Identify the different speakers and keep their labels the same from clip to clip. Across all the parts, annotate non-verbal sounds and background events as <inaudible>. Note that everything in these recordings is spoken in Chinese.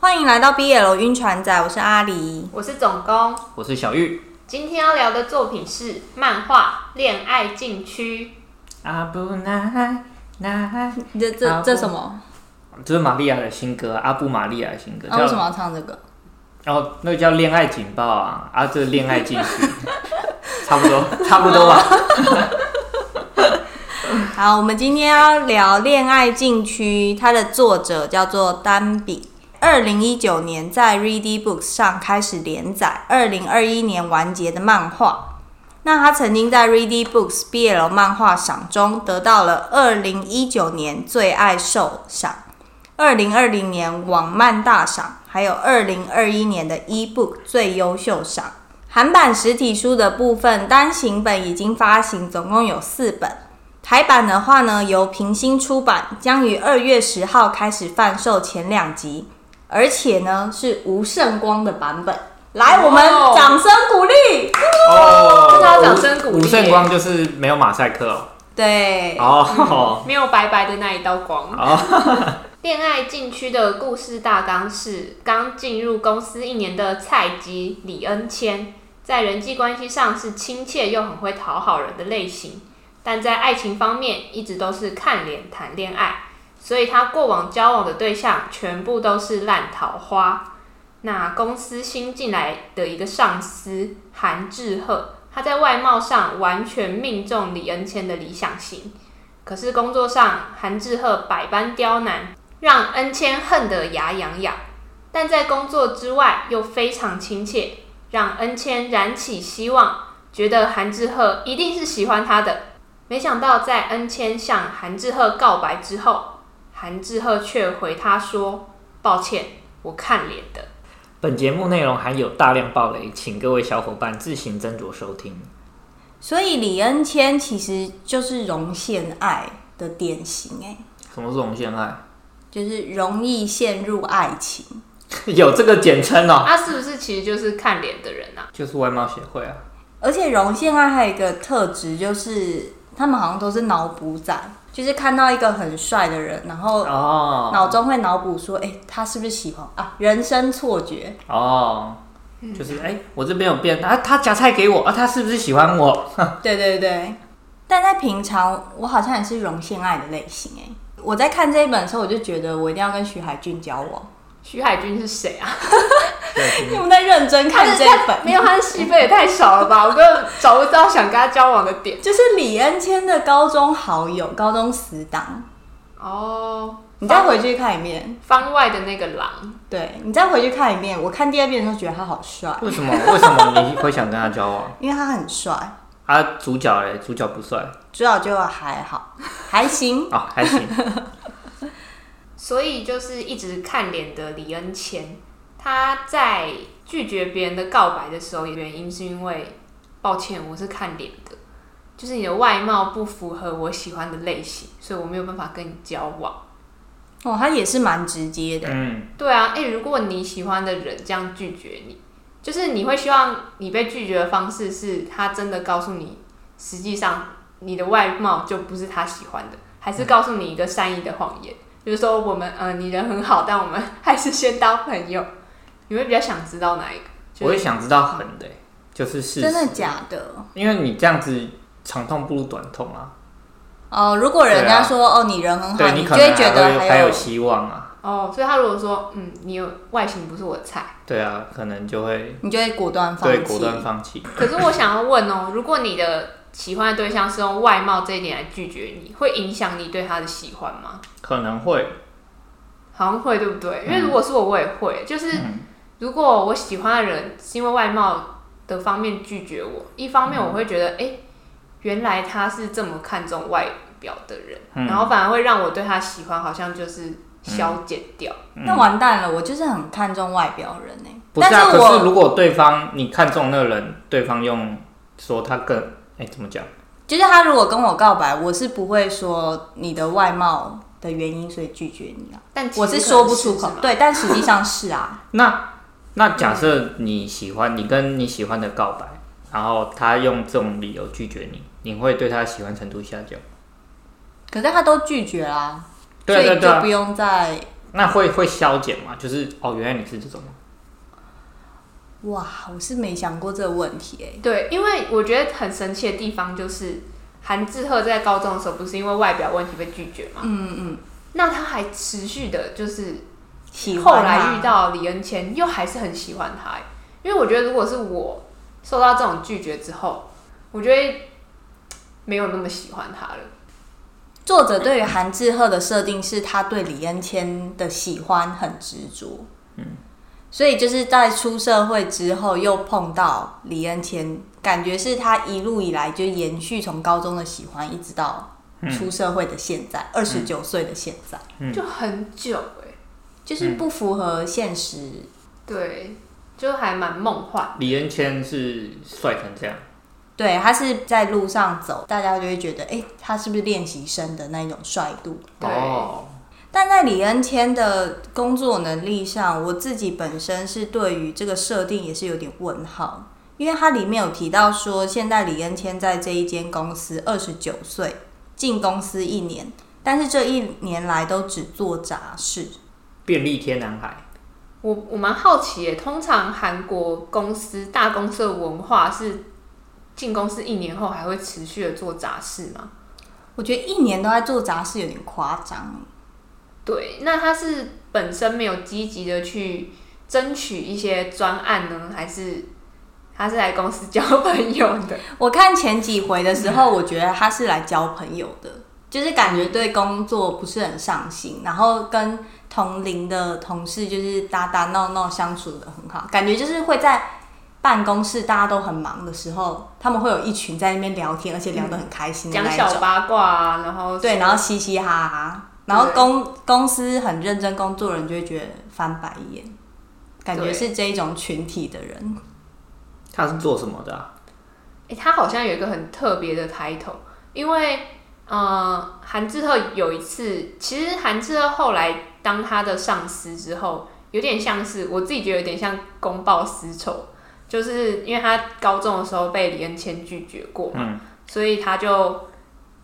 Speaker 1: 欢迎来到 BL 晕船仔，我是阿狸。
Speaker 2: 我是总工，
Speaker 3: 我是小玉。
Speaker 2: 今天要聊的作品是漫画《恋爱禁区》。
Speaker 3: 阿布奈奈，
Speaker 1: 这这
Speaker 3: 好
Speaker 1: 这什么？
Speaker 3: 这是玛利亚的新歌，阿布玛利亚的新歌
Speaker 1: 啊，为什
Speaker 3: 叫，
Speaker 1: 么要唱这个？
Speaker 3: 然后那个叫恋爱警报啊，啊，这是恋爱禁 <laughs> 区，差不多，差不多吧。
Speaker 1: 好，我们今天要聊《恋爱禁区》，它的作者叫做丹比。二零一九年在 Ready Books 上开始连载，二零二一年完结的漫画。那他曾经在 Ready Books BL 漫画赏中得到了二零一九年最爱受赏、二零二零年网漫大赏，还有二零二一年的 eBook 最优秀赏。韩版实体书的部分单行本已经发行，总共有四本。台版的话呢，由平心出版，将于二月十号开始贩售前两集，而且呢是吴胜光的版本。来，我们
Speaker 2: 哦
Speaker 1: 掌声鼓励。
Speaker 3: 哦
Speaker 2: 这是要掌声鼓励
Speaker 3: 吴胜光就是没有马赛克哦。
Speaker 1: 对，
Speaker 3: 哦，
Speaker 2: 没有白白的那一道光。 <laughs> 恋爱禁区的故事大纲是：刚进入公司一年的菜鸡李恩谦，在人际关系上是亲切又很会讨好人的类型，但在爱情方面一直都是看脸谈恋爱，所以他过往交往的对象全部都是烂桃花。那公司新进来的一个上司韩志赫，他在外貌上完全命中李恩谦的理想型。可是工作上，韩志赫百般刁难，让恩谦恨得牙痒痒。但在工作之外又非常亲切，让恩谦燃起希望，觉得韩志赫一定是喜欢他的。没想到在恩谦向韩志赫告白之后，韩志赫却回他说：“抱歉，我看脸的。
Speaker 3: 本节目内容含有大量暴雷，请各位小伙伴自行斟酌收听。
Speaker 1: 所以李恩谦其实就是容陷爱的典型，哎，
Speaker 3: 什么是红线爱？
Speaker 1: 就是容易陷入爱情。
Speaker 3: 有这个简称”哦，
Speaker 2: 他是不是其实就是看脸的 <laughs> 人啊？
Speaker 3: 就是外貌协会啊。
Speaker 1: 而且容陷爱还有一个特质，就是他们好像都是脑补仔，就是看到一个很帅的人，然后
Speaker 3: 哦
Speaker 1: 脑中会脑补说，哎、他是不是喜欢啊？人生错觉，
Speaker 3: 哦，就是哎、我这边有变啊，他夹菜给我啊，他是不是喜欢我？
Speaker 1: 对对对。但在平常，我好像也是容陷爱的类型，哎，我在看这一本的时候，我就觉得我一定要跟徐海俊交往。
Speaker 2: 徐海军是谁啊？ <laughs>
Speaker 1: 你们在认真
Speaker 2: 他
Speaker 1: 看
Speaker 2: 是
Speaker 1: 这一
Speaker 2: 他
Speaker 1: 本，
Speaker 2: 没有， <laughs> 他的戏份也太少了吧？我根本找不到想跟他交往的点。
Speaker 1: 就是李恩谦的高中好友、高中死党，
Speaker 2: 哦，
Speaker 1: 你再回去看一遍，
Speaker 2: 番外的那个狼，
Speaker 1: 对你再回去看一遍。我看第二遍的时候觉得他好帅，
Speaker 3: 为什么？为什么你会想跟他交往？
Speaker 1: 因为他很帅，
Speaker 3: 啊，主角嘞，主角不帅
Speaker 1: 主角就还好，还行。
Speaker 3: 啊、还行。
Speaker 2: 所以就是一直看脸的李恩谦，他在拒绝别人的告白的时候，原因是因为抱歉，我是看脸的，就是你的外貌不符合我喜欢的类型，所以我没有办法跟你交往。
Speaker 1: <laughs> 哦，他也是蛮直接的，
Speaker 3: 嗯，
Speaker 2: 对啊，诶、如果你喜欢的人这样拒绝你，就是你会希望你被拒绝的方式是他真的告诉你，实际上你的外貌就不是他喜欢的，还是告诉你一个善意的谎言，就是说我们呃你人很好，但我们还是先当朋友。你会比较想知道哪一个？
Speaker 3: 我
Speaker 2: 就
Speaker 3: 也
Speaker 2: 是
Speaker 3: 想知道狠的、欸就是事实
Speaker 1: 真的假的？
Speaker 3: 因为你这样子长痛不如短痛啊，
Speaker 1: 哦，如果人
Speaker 3: 对
Speaker 1: 家
Speaker 3: 啊
Speaker 1: 说、哦你人很好，
Speaker 3: 对你
Speaker 1: 就
Speaker 3: 可能
Speaker 1: 会觉
Speaker 3: 还
Speaker 1: 得
Speaker 3: 有
Speaker 1: 还
Speaker 3: 还
Speaker 1: 有
Speaker 3: 有希望啊，
Speaker 2: 哦，所以他如果说嗯你有外形不是我的菜，
Speaker 3: 对啊，可能就会
Speaker 1: 你就会果断放
Speaker 3: 对
Speaker 1: 弃
Speaker 3: 果。断放弃。
Speaker 2: 可是我想要问
Speaker 3: <laughs>
Speaker 2: 哦，如果你的喜欢的对象是用外貌这一点来拒绝你，会影响你对他的喜欢吗？
Speaker 3: 可能会，
Speaker 2: 好像会，对不对？因为如果是我，我也会。就是如果我喜欢的人是因为外貌的方面拒绝我，一方面我会觉得，哎、原来他是这么看重外表的人，
Speaker 3: 嗯
Speaker 1: 哦
Speaker 2: 然后反而会让我对他喜欢好像就是消减掉。
Speaker 1: 那完蛋了，我就是很看重外表人哎、
Speaker 3: 不是啊。
Speaker 1: 但
Speaker 3: 可
Speaker 1: 我
Speaker 3: 是如果对方你看中那个人，对方用说他更哎、怎么讲？
Speaker 1: 就是他如果跟我告白，我是不会说你的外貌的原因，所以拒绝你啊。
Speaker 2: 但其实
Speaker 1: 我
Speaker 2: 可能是
Speaker 1: 说不出口
Speaker 3: 啊
Speaker 2: 是，吗
Speaker 1: 对，但实际上是
Speaker 3: <laughs>
Speaker 1: 啊，
Speaker 3: 那那假设你喜欢你跟你喜欢的告白，然后他用这种理由拒绝你，你会对他的喜欢程度下降？
Speaker 1: 可是他都拒绝啦、
Speaker 3: 对啊对啊对
Speaker 1: 所以就
Speaker 3: 啊
Speaker 1: 不用再
Speaker 3: 那会会消减吗？就是哦，原来你是这种吗？
Speaker 1: 哇，我是没想过这个问题欸诶、
Speaker 2: 对，因为我觉得很神奇的地方就是，韩志赫在高中的时候不是因为外表问题被拒绝嘛？
Speaker 1: 嗯嗯，
Speaker 2: 那他还持续的，就是
Speaker 1: 喜欢
Speaker 2: 后
Speaker 1: 啊
Speaker 2: 来遇到李恩谦，又还是很喜欢他欸。因为我觉得，如果是我受到这种拒绝之后，我觉得没有那么喜欢他了。
Speaker 1: 作者对于韩志赫的设定是他对李恩谦的喜欢很执着，嗯，所以就是在出社会之后又碰到李恩谦，感觉是他一路以来就延续从高中的喜欢一直到出社会的现在，二十九岁的现在，
Speaker 3: 嗯
Speaker 2: 就很久哎、
Speaker 1: 就是不符合现实。
Speaker 2: 对，就还蛮梦幻。
Speaker 3: 李恩谦是帅成这样，
Speaker 1: 对，他是在路上走，大家就会觉得，哎，他是不是练习生的那种帅度？
Speaker 2: 对
Speaker 3: 哦，
Speaker 1: 但在李恩谦的工作能力上，我自己本身是对于这个设定也是有点问号，因为它里面有提到说，现在李恩谦在这一间公司二十九岁，进公司一年，但是这一年来都只做杂事。
Speaker 3: 便利贴男孩，
Speaker 2: 我我蛮好奇耶，通常韩国公司大公司的文化是进公司一年后还会持续的做杂事吗？
Speaker 1: 我觉得一年都在做杂事有点夸张，
Speaker 2: 对，那他是本身没有积极的去争取一些专案呢，还是他是来公司交朋友的？
Speaker 1: 我看前几回的时候，我觉得他是来交朋友的，就是感觉对工作不是很上心，然后跟同龄的同事就是打打闹闹相处的很好，感觉就是会在办公室大家都很忙的时候，他们会有一群在那边聊天，而且聊得很开心的
Speaker 2: 讲
Speaker 1: 那一
Speaker 2: 小
Speaker 1: 种，
Speaker 2: 八卦啊，然后
Speaker 1: 对，然后嘻嘻哈哈，然后
Speaker 2: 对
Speaker 1: 公公司很认真工作的人就会觉得翻白眼，感觉
Speaker 2: 对
Speaker 1: 是这一种群体的人，
Speaker 3: 他是做什么的、啊？
Speaker 2: 诶，他好像有一个很特别的 title，因为呃，韩志赫有一次，其实韩志赫后来当他的上司之后，有点像是我自己觉得有点像公报私仇，就是因为他高中的时候被李恩谦拒绝过嘛，
Speaker 3: 嗯
Speaker 2: 所以他就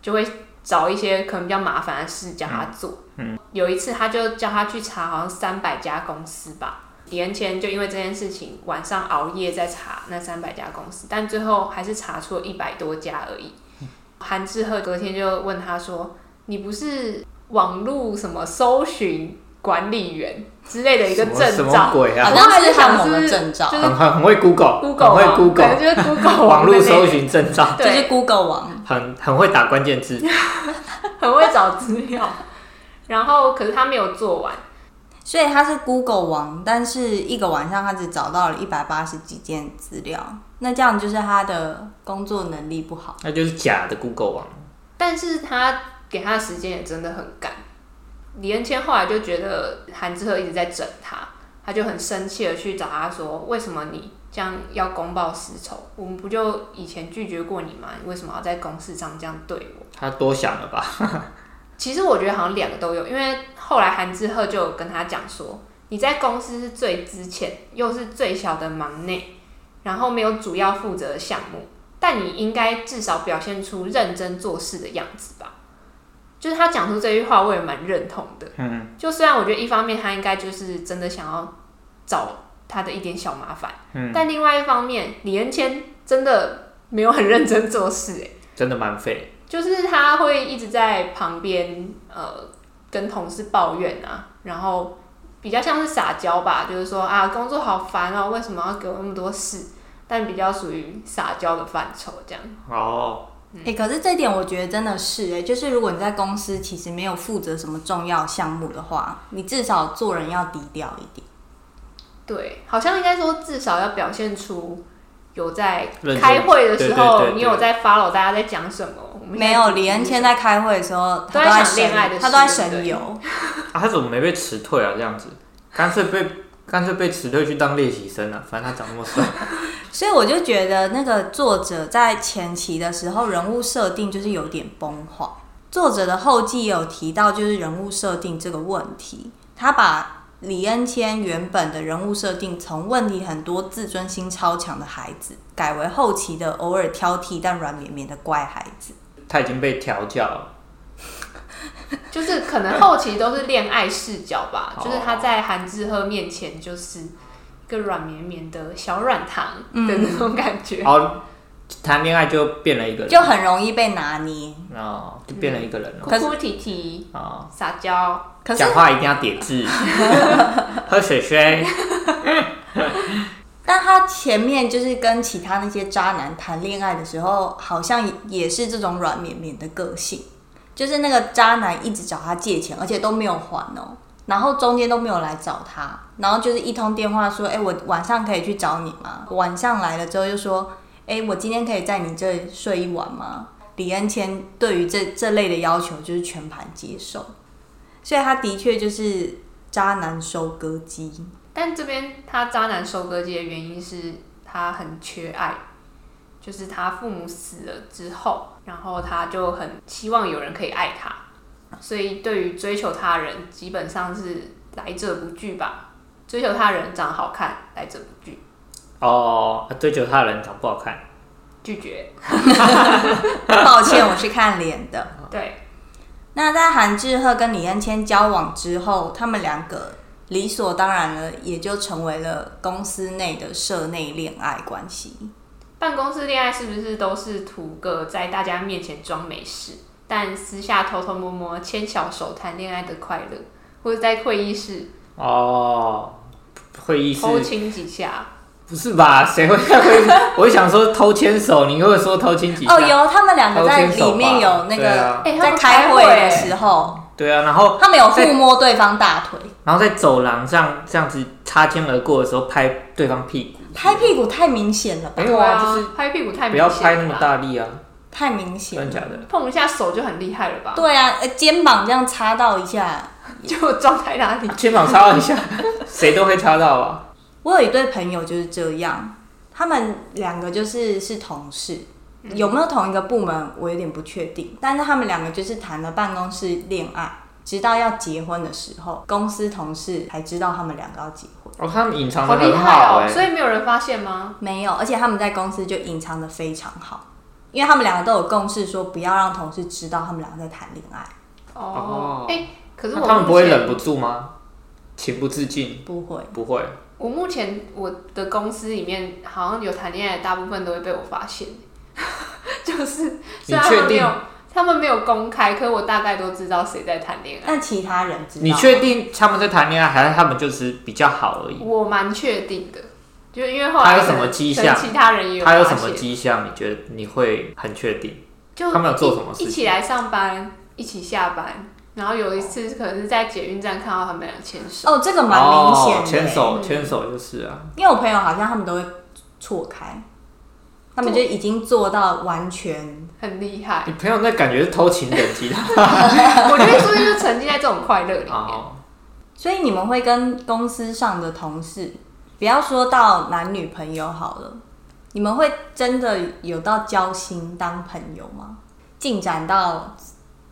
Speaker 2: 就会找一些可能比较麻烦的事叫他做。
Speaker 3: 嗯
Speaker 2: 有一次他就叫他去查，好像三百家公司吧。李恩谦就因为这件事情，晚上熬夜在查那三百家公司，但最后还是查出了一百多家而已。韩志赫隔天就问他说：“你不是网络什么搜寻管理员之类的一个
Speaker 3: 什么
Speaker 2: 证
Speaker 3: 什么
Speaker 2: 照？”
Speaker 3: 鬼
Speaker 1: 好
Speaker 3: 啊？
Speaker 1: 像是韩
Speaker 2: 想
Speaker 1: 某的
Speaker 2: 是
Speaker 1: 证照
Speaker 2: 就，是
Speaker 3: 很很很会 Google，
Speaker 2: Google
Speaker 3: 很会
Speaker 2: 网，可
Speaker 3: Google，
Speaker 2: 能就是 Google
Speaker 3: <laughs> 网络
Speaker 2: 的那
Speaker 3: 搜
Speaker 2: 个
Speaker 3: 寻证照，
Speaker 1: 就是
Speaker 2: 对
Speaker 1: Google 王。
Speaker 3: 很很会打关键字。
Speaker 2: 很会找资料。然后，可是他没有做完，
Speaker 1: 所以他是 Google 王，但是一个晚上他只找到了一百八十几件资料，那这样就是他的工作能力不好。
Speaker 3: 那就是假的 Google 网。
Speaker 2: 但是他给他的时间也真的很赶。李恩谦后来就觉得韩志赫一直在整他，他就很生气的去找他说：“为什么你这样要公报私仇？我们不就以前拒绝过你吗？你为什么要在公事上这样对我？”
Speaker 3: 他多想了吧？
Speaker 2: 其实我觉得好像两个都有，因为后来韩志赫就有跟他讲说，你在公司是最之前，又是最小的忙内，然后没有主要负责的项目，但你应该至少表现出认真做事的样子吧。就是他讲出这句话，我也蛮认同的。
Speaker 3: 嗯，
Speaker 2: 就虽然我觉得一方面他应该就是真的想要找他的一点小麻烦，
Speaker 3: 嗯
Speaker 2: 但另外一方面，李恩谦真的没有很认真做事、欸，
Speaker 3: 真的蛮废。
Speaker 2: 就是他会一直在旁边呃跟同事抱怨啊，然后比较像是撒娇吧，就是说啊工作好烦哦，为什么要给我那么多事？但比较属于撒娇的范畴这样。
Speaker 3: 哦，
Speaker 2: 嗯
Speaker 1: 哎、可是这点我觉得真的是哎、就是如果你在公司其实没有负责什么重要项目的话，你至少做人要低调一点。
Speaker 2: 对，好像应该说至少要表现出有在
Speaker 3: 认真
Speaker 2: 开会的时候，
Speaker 3: 对对对对
Speaker 2: 你有在 follow 大家在讲什么。我们
Speaker 1: 没有，
Speaker 2: 现在
Speaker 1: 李恩谦在开会的时候，他
Speaker 2: 都在想
Speaker 1: 省
Speaker 2: 恋爱的事
Speaker 1: 他都在
Speaker 2: 对不
Speaker 1: 省
Speaker 2: 对
Speaker 1: 油。
Speaker 3: 啊，他怎么没被辞退啊？这样子，干脆被干脆被辞退去当练习生了、反正他长那么帅，
Speaker 1: 所以我就觉得那个作者在前期的时候，人物设定就是有点崩坏。作者的后记有提到，就是人物设定这个问题，他把李恩谦原本的人物设定从问题很多、自尊心超强的孩子，改为后期的偶尔挑剔但软绵绵的乖孩子。
Speaker 3: 他已经被调教了。
Speaker 2: 就是可能后期都是恋爱视角吧，
Speaker 3: 哦
Speaker 2: 就是他在韩志赫面前就是一个软绵绵的小软糖的那种感觉。
Speaker 3: 哦，谈恋爱就变了一个人，
Speaker 1: 就很容易被拿捏。
Speaker 3: 哦，就变了一个人了
Speaker 2: 哭哭啼啼，
Speaker 3: 啊。
Speaker 2: 撒娇，
Speaker 1: 可是
Speaker 3: 讲话一定要叠字， <laughs> 喝水水，
Speaker 1: 但他前面就是跟其他那些渣男谈恋爱的时候，好像也是这种软绵绵的个性，就是那个渣男一直找他借钱，而且都没有还哦，然后中间都没有来找他，然后就是一通电话说，哎、我晚上可以去找你吗？晚上来了之后又说，哎、我今天可以在你这里睡一晚吗？李恩谦对于这这类的要求就是全盘接受，所以他的确就是渣男收割机。 <laughs>
Speaker 2: 但这边他渣男收割机的原因是他很缺爱，就是他父母死了之后，然后他就很希望有人可以爱他，所以对于追求他人基本上是来者不拒吧。追求他人长得好看，来者不拒，
Speaker 3: 哦，追求他的人长不好看，
Speaker 2: 拒绝。
Speaker 1: 抱歉，我是看脸的。
Speaker 2: 对，
Speaker 1: 那在韩智赫跟李恩谦交往之后，他们两个理所当然了，也就成为了公司内的社内恋爱关系。
Speaker 2: 办公室恋爱是不是都是图个在大家面前装没事，但私下偷偷摸摸牵小手谈恋爱的快乐，或者在会议室
Speaker 3: 哦，会议室
Speaker 2: 偷亲几下？
Speaker 3: 不是吧？谁会 <laughs> 在会议室？我想说偷牵手，你跟我说偷亲几下？
Speaker 1: 哦，有他们两个在
Speaker 3: 偷牵手吧
Speaker 1: 里面有那
Speaker 3: 啊对
Speaker 1: 个、
Speaker 3: 啊
Speaker 2: 哎他
Speaker 1: 在
Speaker 2: 们
Speaker 1: 开
Speaker 2: 开
Speaker 1: 会
Speaker 2: 会
Speaker 1: 的时候，
Speaker 3: 对啊，然后
Speaker 1: 他们有互摸对方大腿，
Speaker 3: 然后在走廊上这样子擦肩而过的时候拍对方屁股，
Speaker 1: 拍屁股太明显了吧？
Speaker 3: 没有啊，就是
Speaker 2: 拍屁股太
Speaker 3: 不
Speaker 2: 明
Speaker 3: 要
Speaker 2: 显
Speaker 3: 拍那
Speaker 2: 了
Speaker 3: 么
Speaker 2: 吧，
Speaker 3: 大力啊，
Speaker 1: 太明显
Speaker 3: 真的
Speaker 1: 了。
Speaker 3: 假的？
Speaker 2: 碰一下手就很厉害了吧？ <laughs>
Speaker 1: 对啊，呃肩膀这样擦到一下。
Speaker 2: 就撞在哪里？
Speaker 3: 肩膀擦
Speaker 2: <laughs>
Speaker 3: 到一下，谁都会擦到啊。
Speaker 1: 我有一对朋友就是这样，他们两个就是是同事，有没有同一个部门我有点不确定，但是他们两个就是谈了办公室恋爱，直到要结婚的时候，公司同事才知道他们两个要结婚。
Speaker 3: 哦，他们隐藏的
Speaker 2: 好厉
Speaker 3: 很
Speaker 2: 害
Speaker 3: 好
Speaker 2: 哦
Speaker 3: 哎、！
Speaker 2: 所以没有人发现吗？
Speaker 1: 没有，而且他们在公司就隐藏的非常好，因为他们两个都有共识，说不要让同事知道他们两个在谈恋爱。
Speaker 2: 哦
Speaker 3: 哦，
Speaker 2: 哎、可是
Speaker 3: 那
Speaker 2: 我
Speaker 3: 他们
Speaker 2: 目
Speaker 3: 不
Speaker 2: 前
Speaker 3: 会忍不住吗？情不自禁，
Speaker 1: 不
Speaker 2: 嗯
Speaker 1: 会，
Speaker 3: 不会。
Speaker 2: 我目前我的公司里面好像有谈恋爱，的大部分都会被我发现， <laughs> 就是虽然他们
Speaker 3: 确
Speaker 2: 没
Speaker 3: 定
Speaker 2: 有，他们没有公开，可我大概都知道谁在谈恋爱。
Speaker 1: 但其他人知道。
Speaker 3: 你确？定他们在谈恋爱，还是他们就是比较好而已？
Speaker 2: 我蛮确定的，就因为后来
Speaker 3: 他有什么迹象
Speaker 2: 可能其他人也有
Speaker 3: 他有
Speaker 2: 发
Speaker 3: 什
Speaker 2: 现
Speaker 3: 么迹象？你觉得你会很确定？
Speaker 2: 就
Speaker 3: 他们有做什么事
Speaker 2: 一
Speaker 3: 情
Speaker 2: 一起来上班，一起下班，然后有一次可能是在捷运站看到他们俩牵手，
Speaker 1: 哦，这个蛮明显的、
Speaker 3: 哦牵、
Speaker 2: 嗯
Speaker 3: 手牵手就是啊。
Speaker 1: 因为我朋友好像他们都会错开，他们就已经做到完全。
Speaker 2: 很厉害。
Speaker 3: 你朋友那感觉是偷情等
Speaker 2: <laughs>
Speaker 3: 级的
Speaker 2: 我觉得说不定就沉浸在这种快乐里面。
Speaker 3: 哦。
Speaker 1: 所以你们会跟公司上的同事，不要说到男女朋友好了，你们会真的有到交心当朋友吗？进展到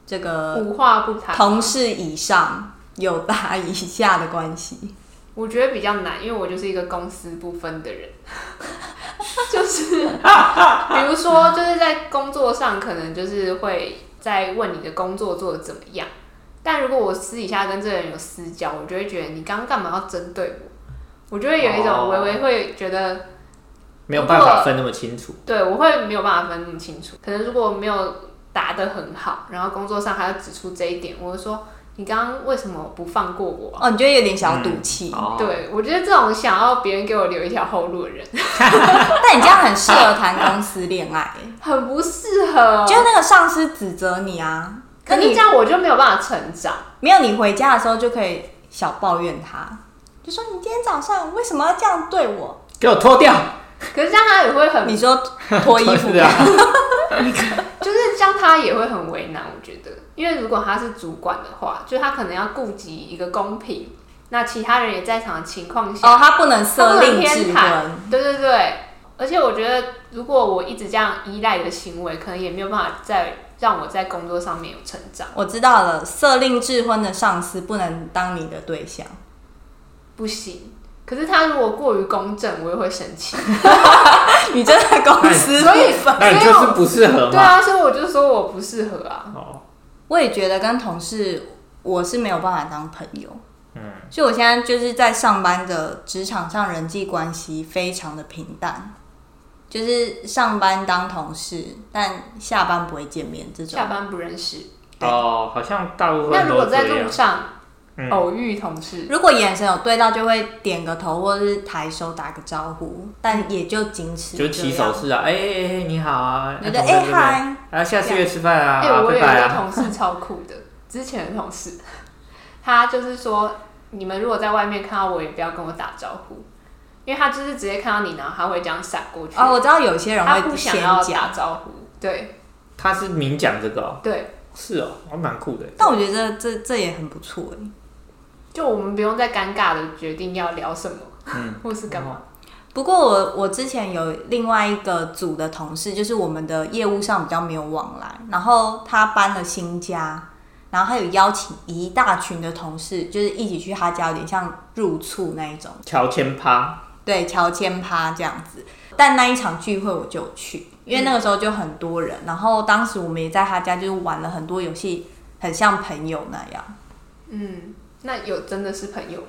Speaker 1: 这个
Speaker 2: 无话不谈，
Speaker 1: 同事以上、友达以下的关系？
Speaker 2: 我觉得比较难，因为我就是一个公私不分的人， <laughs> 就是 <laughs> 比如说就是在工作上，可能就是会在问你的工作做的怎么样，但如果我私底下跟这个人有私交，我就会觉得你刚刚干嘛要针对我，我就会有一种
Speaker 3: 哦
Speaker 2: 微微会觉得，
Speaker 3: 没有办法分那么清楚，
Speaker 2: 对我会没有办法分那么清楚，可能如果没有答得很好，然后工作上还要指出这一点，我就说你刚刚为什么不放过我啊？
Speaker 1: 哦，你觉得有点小赌气，
Speaker 3: 哦，
Speaker 2: 对，我觉得这种想要别人给我留一条后路的人，
Speaker 1: 但你这样很适合谈公司恋爱、
Speaker 2: 很不适合。
Speaker 1: 就那个上司指责你啊，
Speaker 2: 可是
Speaker 1: 你
Speaker 2: 这样我就没有办法成
Speaker 1: <laughs>
Speaker 2: 长。
Speaker 1: 没有，你回家的时候就可以小抱怨他，就说你今天早上为什么要这样对我？
Speaker 3: 给我脱掉，
Speaker 2: 可是这样他也会很，
Speaker 1: 你说脱衣服
Speaker 2: <laughs>
Speaker 3: <laughs> 脱掉，
Speaker 2: 啊就是这样他也会很为难。我觉得，因为如果他是主管的话，就他可能要顾及一个公平，那其他人也在场的情况下，
Speaker 1: 哦，他不能
Speaker 2: 他
Speaker 1: 设
Speaker 2: 不能
Speaker 1: 令
Speaker 2: 偏
Speaker 1: 质
Speaker 2: 袒
Speaker 1: 问。。
Speaker 2: 对对对，而且我觉得，如果我一直这样依赖的行为，可能也没有办法再让我在工作上面有成长。
Speaker 1: 我知道了，设令智婚的上司不能当你的对象。 <laughs>
Speaker 2: 不行，可是他如果过于公正，我也会生
Speaker 1: <laughs>
Speaker 2: 气。
Speaker 1: 你真的公司
Speaker 2: 哎所以
Speaker 1: 不分
Speaker 3: 那你就是不适合
Speaker 2: <laughs> 对啊
Speaker 3: 嘛。
Speaker 2: 啊，所以我就说我不适合啊。
Speaker 3: 哦，
Speaker 1: 我也觉得跟同事我是没有办法当朋友。嗯，所以我现在就是在上班的职场上人际关系非常的平淡，就是上班当同事，但下班不会见面这种
Speaker 2: 下。班不认识。
Speaker 1: 对
Speaker 3: 哦，好像大部
Speaker 2: 那
Speaker 3: 分
Speaker 2: 如
Speaker 3: 都
Speaker 2: 果在
Speaker 3: 这
Speaker 2: 路
Speaker 3: 样。
Speaker 2: 上
Speaker 3: 嗯
Speaker 2: 偶遇同事，
Speaker 1: 如果眼神有对到，就会点个头或者是抬手打个招呼，
Speaker 2: 嗯
Speaker 1: 但也就仅此这样。
Speaker 3: 就起手式啊，哎哎哎，哎你好啊，
Speaker 1: 觉
Speaker 3: 哎
Speaker 1: 得
Speaker 3: 同
Speaker 1: 哎嗨、
Speaker 3: 学对不对啊，下次约吃饭啊，
Speaker 2: 哎、
Speaker 3: 啊
Speaker 2: 我有
Speaker 3: 拜
Speaker 2: 一
Speaker 3: 拜
Speaker 2: 个
Speaker 3: 啊，
Speaker 2: 同事超酷的， <laughs> 之前的同事， <laughs> 他就是说，你们如果在外面看到我，也不要跟我打招呼，因为他就是直接看到你，然后他会这样闪过去，
Speaker 1: 哦，我知道有些人
Speaker 2: 他
Speaker 1: 会
Speaker 2: 不想
Speaker 1: 先
Speaker 2: 要
Speaker 1: 讲，
Speaker 2: 打招呼。对
Speaker 3: 他是明讲这个哦，
Speaker 2: 对，
Speaker 3: 是哦，还蛮酷的。
Speaker 1: 但我觉得这这也很不错哎。
Speaker 2: 就我们不用再尴尬的决定要聊什么，
Speaker 3: 嗯
Speaker 2: <laughs> 或是干嘛。
Speaker 1: 不过我我之前有另外一个组的同事，就是我们的业务上比较没有往来，然后他搬了新家，然后他有邀请一大群的同事，就是一起去他家，有点像入厝那一种，
Speaker 3: 乔迁趴，
Speaker 1: 对，乔迁趴这样子。但那一场聚会我就有去，因为那个时候就很多人，然后当时我们也在他家就是玩了很多游戏，很像朋友那样。
Speaker 2: 嗯，那有真的是朋友吗？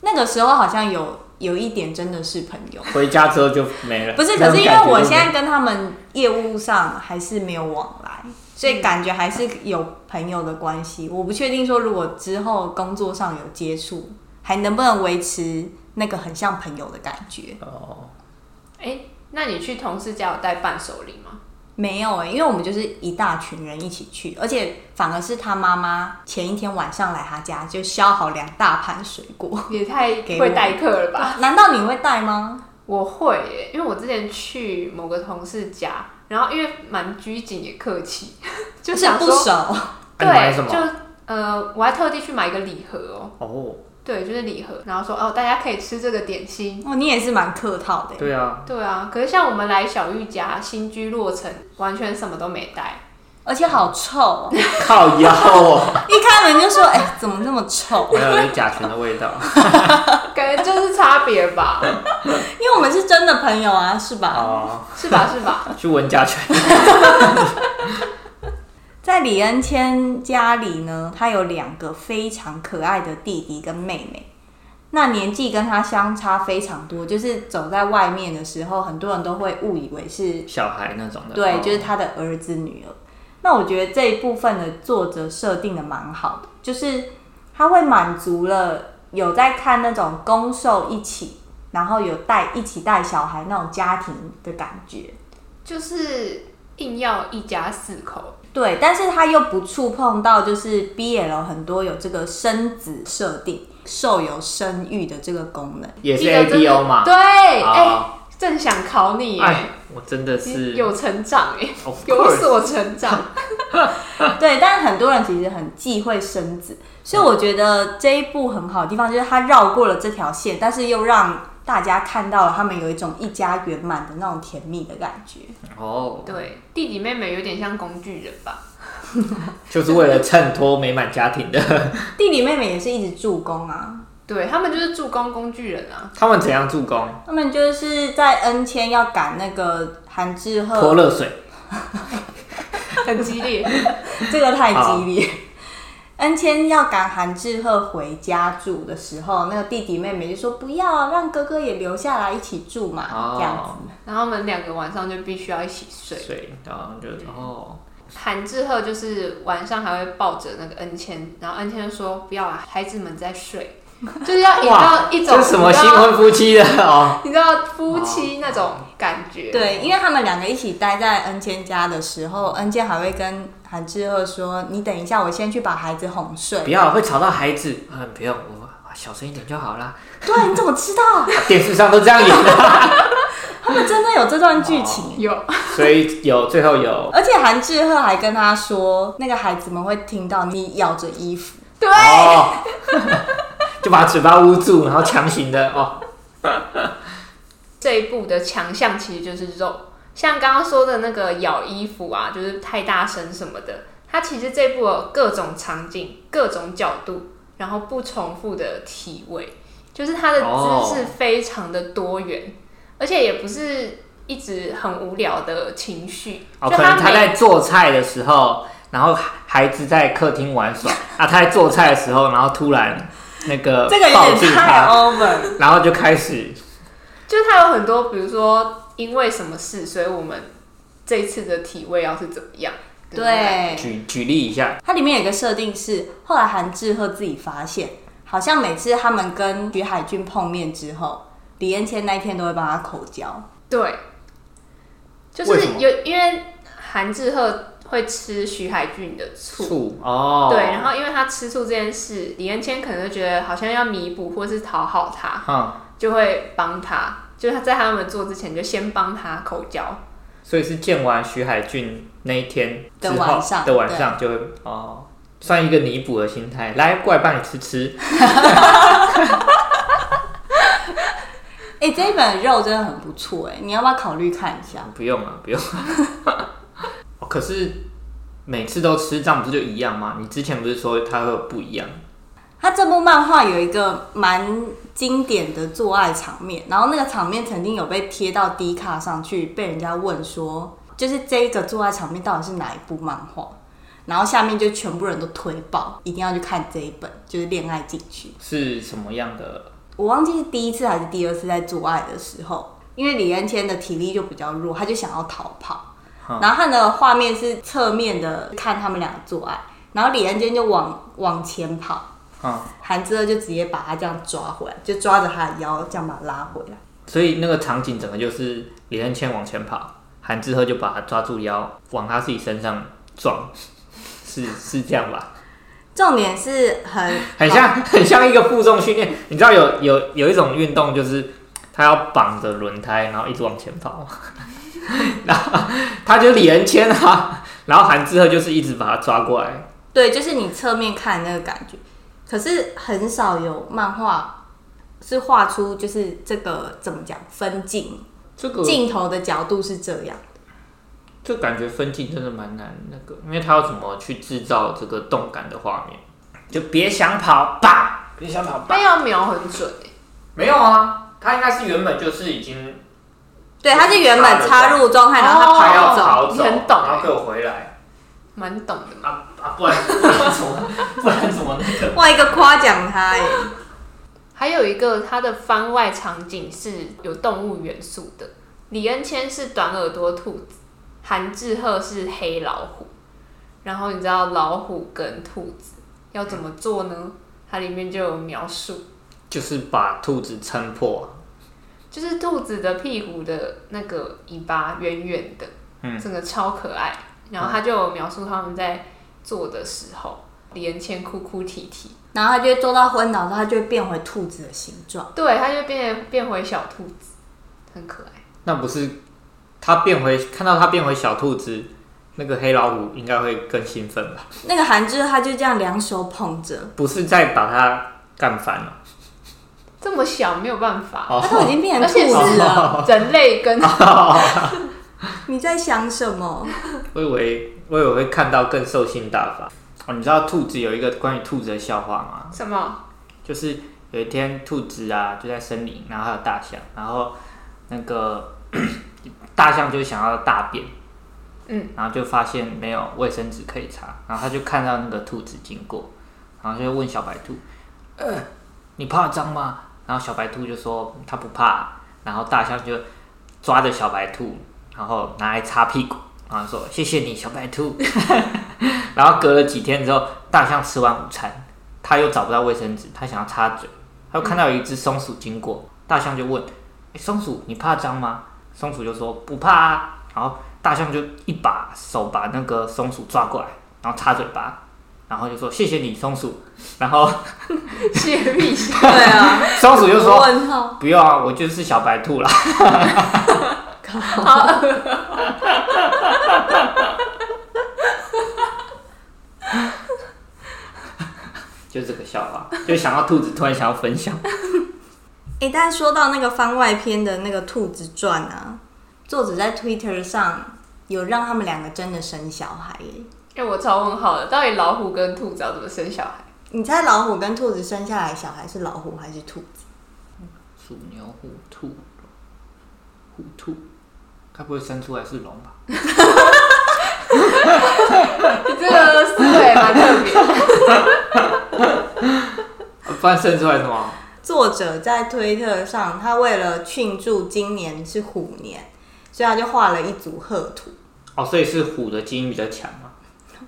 Speaker 1: 那个时候好像有有一点真的是朋友，
Speaker 3: 回家之后就没了。
Speaker 1: 不是，
Speaker 3: 那
Speaker 1: 可
Speaker 3: 种
Speaker 1: 是因为
Speaker 3: 感觉
Speaker 1: 我
Speaker 3: 就啊
Speaker 1: 现
Speaker 3: 没
Speaker 1: 在跟他们业务上还是没有往来，所
Speaker 3: 嗯
Speaker 1: 以感觉还是有朋友的关系。我不确定说如果之后工作上有接触，还能不能维持那个很像朋友的感觉？
Speaker 3: 哦，
Speaker 2: 哎、那你去同事家有带伴手礼吗？
Speaker 1: 没有哎、因为我们就是一大群人一起去，而且反而是他妈妈前一天晚上来他家就削好两大盘水果。
Speaker 2: 也太
Speaker 1: 给
Speaker 2: 会
Speaker 1: 我
Speaker 2: 待客了吧？
Speaker 1: <laughs> 难道你会带吗？
Speaker 2: 我会耶，因为我之前去某个同事家，然后因为蛮拘谨也客气， <laughs> 就
Speaker 1: 就是
Speaker 2: 想
Speaker 1: 不
Speaker 2: <laughs> 说
Speaker 1: 熟，
Speaker 3: 那你买
Speaker 2: 对，
Speaker 3: 什么？
Speaker 2: 就呃，我还特地去买一个礼盒哦，
Speaker 3: 哦，
Speaker 2: 对，就是礼盒，然后说哦，大家可以吃这个点心。
Speaker 1: 哦，你也是蛮客套的欸、
Speaker 3: 对啊，
Speaker 2: 对啊，可是像我们来小玉家新居落成，完全什么都没带， <laughs>
Speaker 1: 而且好臭哦、 <laughs>
Speaker 3: 靠腰哦，
Speaker 2: <laughs>
Speaker 1: 一开门就说：“哎、怎么那么臭 <laughs>
Speaker 3: 还有甲醛的味道。
Speaker 2: 感觉就是差别吧，？” <laughs>
Speaker 1: 因为我们是真的朋友啊，是吧？
Speaker 3: 哦，
Speaker 2: 是吧？是吧？
Speaker 3: 去闻甲醛。
Speaker 1: 在李恩谦家里呢，他有两个非常可爱的弟弟跟妹妹，那年纪跟他相差非常多，就是走在外面的时候，很多人都会误以为是
Speaker 3: 小孩那种的。
Speaker 1: 对，
Speaker 3: 哦
Speaker 1: 就是他的儿子女儿。那我觉得这一部分的作者设定的蛮好的，就是他会满足了有在看那种公受一起，然后有带一起带小孩那种家庭的感觉。
Speaker 2: 就是硬要一家四口，
Speaker 1: 对，但是他又不触碰到就是 BL 很多有这个生子设定，受有生育的这个功能。
Speaker 3: 也是
Speaker 2: 一个
Speaker 3: A
Speaker 2: 真的
Speaker 3: D O 嘛。
Speaker 2: 对，哎、
Speaker 3: 啊
Speaker 2: 正想考你耶，
Speaker 3: 哎，我真的是
Speaker 2: 你有成长哎、
Speaker 3: Of
Speaker 2: 有
Speaker 3: course
Speaker 2: 所成长。
Speaker 1: 对，但很多人其实很忌讳生子，所以我觉得这一部很好的地方就是它绕过了这条线，但是又让大家看到了他们有一种一家圆满的那种甜蜜的感觉。
Speaker 3: 哦，
Speaker 2: 对，弟弟妹妹有点像工具人吧？
Speaker 3: 就是为了衬托美满家庭的。
Speaker 1: 弟弟妹妹也是一直助攻啊，
Speaker 2: 对他们就是助攻工具人啊。 <laughs>
Speaker 3: 他们怎样助攻？
Speaker 1: 他们就是在 N 千要赶那个韩志
Speaker 3: 泼
Speaker 1: 赫，
Speaker 3: 热水。
Speaker 2: 很激烈，
Speaker 1: 这个太激烈。N 千要赶韩志赫回家住的时候，那个弟弟妹妹就说不要让哥哥也留下来一起住嘛，
Speaker 3: 哦
Speaker 1: 这样子。
Speaker 2: 然后我们两个晚上就必须要一起睡。
Speaker 3: 水，然后就哦，
Speaker 2: 韩志赫就是晚上还会抱着那个恩谦，然后恩谦就说不要啊，孩子们在
Speaker 3: <laughs>
Speaker 2: 睡，就是要营造一种
Speaker 3: 这什么
Speaker 2: 你知
Speaker 3: 新
Speaker 2: 道
Speaker 3: 婚夫妻的哦？
Speaker 2: 你知道夫妻那种感觉。
Speaker 1: 对，因为他们两个一起待在恩谦家的时候，恩谦还会跟韩志赫说：“你等一下，我先去把孩子哄睡。
Speaker 3: 不要会吵到孩子，嗯，不用，我小声一点就好啦。”
Speaker 1: 对，你怎么知道？
Speaker 3: 电视上都这样演的，
Speaker 1: 他们真的有这段剧
Speaker 3: <laughs>
Speaker 1: 情。
Speaker 2: 有
Speaker 3: 所以有最后有
Speaker 1: 而且韩志赫还跟他说，那个孩子们会听到你咬着衣服。
Speaker 2: 对，
Speaker 3: 哦， <laughs> 就把嘴巴捂住，然后强行的哦，
Speaker 2: 这一部的强项其实就是肉，像刚刚说的那个咬衣服啊，就是太大声什么的，它其实这部有各种场景、各种角度，然后不重复的体位，就是它的
Speaker 3: 哦
Speaker 2: 姿势非常的多元，而且也不是一直很无聊的情绪，
Speaker 3: 哦，
Speaker 2: 就
Speaker 3: 可能
Speaker 2: 它
Speaker 3: 他
Speaker 2: 每
Speaker 3: 在做菜的时候，然后孩子在客厅玩耍啊，他在做菜的时候，然后突然那个
Speaker 1: 这个有
Speaker 3: 呃抱
Speaker 1: 点
Speaker 3: 住
Speaker 1: 太
Speaker 3: 他，
Speaker 1: over。
Speaker 3: 然后就开始
Speaker 2: 就是它有很多，比如说因为什么事，所以我们这次的体位要是怎么样？那种感
Speaker 1: 对，
Speaker 2: 觉，
Speaker 3: 举举例一下，
Speaker 1: 它里面有一个设定是，后来韩智赫自己发现，好像每次他们跟徐海俊碰面之后，李彦谦那一天都会帮他口交。
Speaker 2: 对，就
Speaker 3: 为
Speaker 2: 是
Speaker 3: 什么
Speaker 2: 有因为韩志赫会吃徐海俊的醋，
Speaker 3: 醋哦，
Speaker 2: 对，然后因为他吃醋这件事，李恩谦可能就觉得好像要弥补或是讨好他，
Speaker 3: 嗯，
Speaker 2: 就会帮他，就是他在他们做之前就先帮他口交，
Speaker 3: 所以是见完徐海俊那一天之
Speaker 1: 的
Speaker 3: 后
Speaker 1: 晚上
Speaker 3: 的晚上就会哦，算一个弥补的心态，来过来帮你吃吃，
Speaker 1: 哎、这一本肉真的很不错哎、你要不要考虑看一下？
Speaker 3: 不用啊，不用、 <laughs> 哦可是每次都吃，这样不是就一样吗？你之前不是说它会有不一样？
Speaker 1: 他这部漫画有一个蛮经典的做爱场面，然后那个场面曾经有被贴到 D 卡上去，被人家问说，就是这一个做爱场面到底是哪一部漫画？然后下面就全部人都推爆，一定要去看这一本，就是《恋爱禁区》。
Speaker 3: 是什么样的？
Speaker 1: 我忘记是第一次还是第二次在做爱的时候，因为李恩谦的体力就比较弱，他就想要逃跑。然后他的画面是侧面的看他们俩做爱，然后李恩谦就往往前跑，
Speaker 3: 嗯，
Speaker 1: 韩之乐就直接把他这样抓回来，就抓着他的腰这样把他拉回来。
Speaker 3: 所以那个场景整个就是李恩谦往前跑，韩志赫就把他抓住腰，往他自己身上撞，是是这样吧？
Speaker 1: 重点是很哦
Speaker 3: 很像 <laughs> 很像一个负重训练。你知道有有有一种运动就是他要绑着轮胎，然后一直往前跑， <laughs> 然后他就是李恩谦啊，然后韩志赫就是一直把他抓过来，
Speaker 1: 对，就是你侧面看那个感觉，可是很少有漫画是画出就是这个怎么讲分镜
Speaker 3: 这个
Speaker 1: 镜头的角度是这样。
Speaker 3: 就感觉分镜真的蛮难那个，因为他要怎么去制造这个动感的画面？就别想跑吧，别想跑吧。
Speaker 2: 但要瞄很准、欸、
Speaker 3: 没有啊，他应该是原本就是已经
Speaker 1: 对，他是原本插入状态，然后
Speaker 3: 他
Speaker 1: 他
Speaker 3: 要
Speaker 1: 跑走。
Speaker 3: 逃走，
Speaker 2: 你很懂欸
Speaker 3: 然后给我回来
Speaker 2: 蛮懂的嘛。
Speaker 3: 啊啊！不然 <laughs> 不然怎么不然怎么那个？
Speaker 1: 哇，一个夸奖他耶！
Speaker 2: 还有一个，它的番外场景是有动物元素的。李恩谦是短耳朵兔子，韩志赫是黑老虎。然后你知道老虎跟兔子要怎么做呢？它里面就有描述，
Speaker 3: 就是把兔子撑破，
Speaker 2: 就是兔子的屁股的那个尾巴圆圆的，
Speaker 3: 嗯
Speaker 2: 整个超可爱。然后他就有描述他们在做的时候，李恩谦哭哭啼啼，
Speaker 1: 然后他就会做到昏倒之后，他就会变回兔子的形状。
Speaker 2: 对，他就变变回小兔子，很可爱。
Speaker 3: 那不是他变回看到他变回小兔子，那个黑老虎应该会更兴奋吧？
Speaker 1: 那个韩之他就这样两手捧着，
Speaker 3: 不是再把它干翻了？
Speaker 2: 这么小没有办法，
Speaker 1: 他都已经变成兔
Speaker 2: 而且
Speaker 1: 子
Speaker 2: 是
Speaker 1: 了，
Speaker 2: <laughs> 人类跟
Speaker 1: 你在想什么？
Speaker 3: 我以为我以为会看到更兽性大发哦。你知道兔子有一个关于兔子的笑话吗？
Speaker 2: 什么？
Speaker 3: 就是有一天兔子啊就在森林，然后还有大象，然后那个 <coughs> 大象就想要大便，
Speaker 2: 嗯，
Speaker 3: 然后就发现没有卫生纸可以擦，然后他就看到那个兔子经过，然后就问小白兔，呃，你怕脏吗？然后小白兔就说他不怕，然后大象就抓着小白兔，然后拿来擦屁股，然后说谢谢你小白兔。 <laughs> 然后隔了几天之后，大象吃完午餐，他又找不到卫生纸，他想要擦嘴，他又看到有一只松鼠经过，大象就问：“诶松鼠，你怕脏吗？”松鼠就说：“不怕啊。”然后大象就一把手把那个松鼠抓过来，然后擦嘴巴，然后就说：“谢谢你，松鼠。” <laughs> 然后
Speaker 2: 谢必
Speaker 1: 对啊，
Speaker 3: <laughs> 松鼠就
Speaker 1: <laughs>
Speaker 3: 说
Speaker 1: 问号，：“
Speaker 3: 不要啊，我就是小白兔啦。” <laughs>
Speaker 2: <laughs>
Speaker 1: 好
Speaker 3: 就这个笑话，就想到兔子突然想要分享，
Speaker 1: 哎、但说到那个番外篇的那个《兔子传》啊，作者在 Twitter 上有让他们两个真的生小孩耶。
Speaker 2: 哎、我超问号的，到底老虎跟兔子要怎么生小孩？
Speaker 1: 你猜老虎跟兔子生下来小孩是老虎还是兔子？
Speaker 3: 鼠牛虎兔虎兔，该不会生出来是龙吧？
Speaker 2: 你这个思维蛮特别。
Speaker 3: 啊不然生出来什么？
Speaker 1: 作者在推特上，他为了庆祝今年是虎年，所以他就画了一组贺图。
Speaker 3: 哦，所以是虎的基因比较强嘛，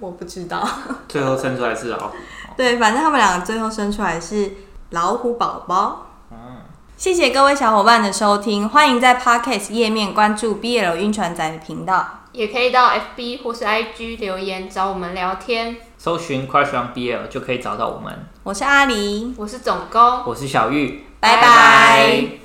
Speaker 1: 我不知道，
Speaker 3: 最后生出来是老虎。
Speaker 1: 对，反正他们两个最后生出来是老虎宝宝。嗯谢谢各位小伙伴的收听，欢迎在 Podcast 页面关注 BL 晕船仔的频道。
Speaker 2: <laughs> 也可以到 FB 或是 IG 留言找我们聊天。
Speaker 3: 搜寻 Crush on BL 就可以找到我们。
Speaker 1: 我是阿狸，
Speaker 2: 我是总工，
Speaker 3: 我是小玉，
Speaker 1: 拜拜。